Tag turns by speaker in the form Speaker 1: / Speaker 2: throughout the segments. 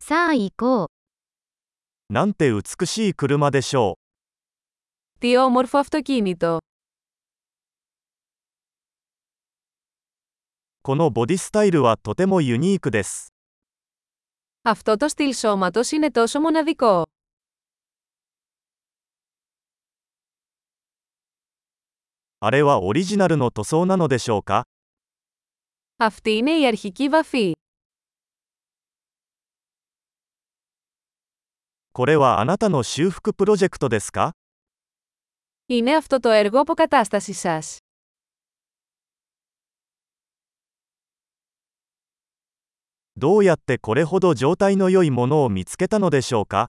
Speaker 1: さあ行こう。
Speaker 2: なんて美しい車でしょ
Speaker 3: Τι όμορφο αυτοκίνητο.
Speaker 2: う。このボディスタイルはとてもユニークです。
Speaker 3: Αυτό το στυλ σώματος είναι τόσο μοναδικό.
Speaker 2: あれはオリジナルの塗装なのでしょうか
Speaker 3: Αυτή είναι η αρχική βαφή.
Speaker 2: これはあなたの修復プロジェクトですか
Speaker 3: Είναι αυτό το έργο αποκατάστασης σας.
Speaker 2: どうやってこれほど状態の良いものを見つけたのでしょうか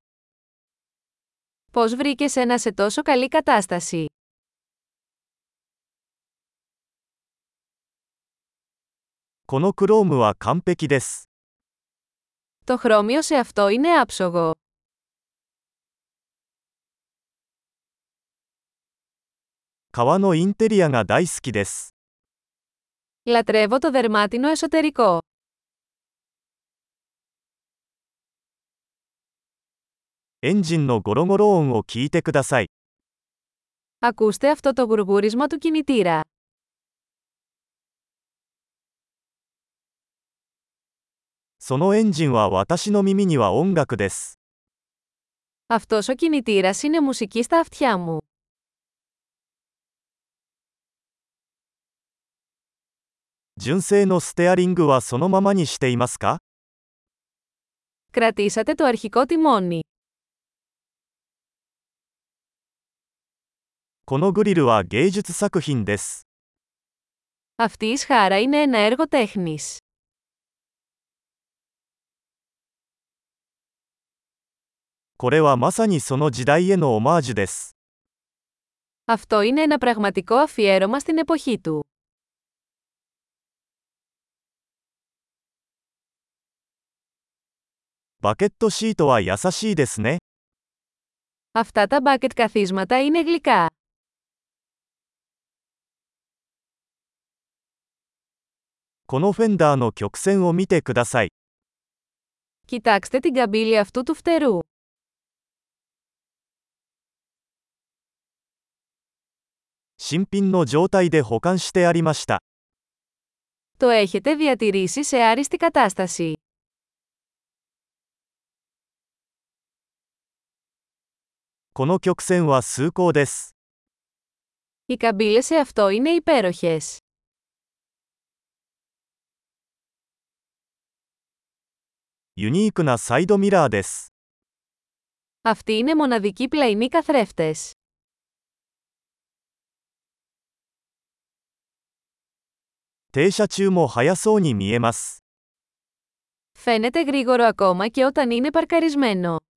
Speaker 3: Πώς βρήκες ένα σε τόσο καλή κατάσταση.
Speaker 2: このクロームは完璧です。
Speaker 3: Το χρώμιο σε αυτό είναι άψογο.
Speaker 2: 革のインテリアが大好きです。
Speaker 3: Λατρεύω το δερμάτινο εσωτερικό.
Speaker 2: エンジンのゴロゴロ音を聞いてください。
Speaker 3: Ακούστε αυτό το γουργούρισμα του κινητήρα.
Speaker 2: そのエンジンは私の耳には音楽です。
Speaker 3: Αυτός ο κινητήρας είναι μουσική στα αυτιά μου.
Speaker 2: 純正のステアリングはそのままにしていますか
Speaker 3: Κρατήσατε το αρχικό τιμόνι.
Speaker 2: このグリルは芸術作品です。
Speaker 3: Αυτή η σχάρα είναι ένα έργο τέχνης.
Speaker 2: これはまさにその時代へのオマージュです。
Speaker 3: Αυτό είναι ένα πραγματικό αφιέρωμα στην εποχή του.
Speaker 2: バケットシートは優しいですね。
Speaker 3: Αυτά τα μπάκετ καθίσματα είναι γλυκά.
Speaker 2: このフェンダーの曲線を見てください。
Speaker 3: Κοιτάξτε την καμπύλη αυτού του φτερού.
Speaker 2: 新品の状態で保管してありました。
Speaker 3: Το έχετε διατηρήσει σε άριστη κατάσταση.
Speaker 2: この曲線は崇高です。
Speaker 3: Οι καμπύλες σε αυτό είναι υπέροχες.
Speaker 2: ユニークなサイドミラーです。
Speaker 3: Αυτοί είναι μοναδικοί πλαϊνοί καθρέφτες.
Speaker 2: 停車中も速そうに見えます。
Speaker 3: Φαίνεται γρήγορο ακόμα και όταν είναι παρκαρισμένο.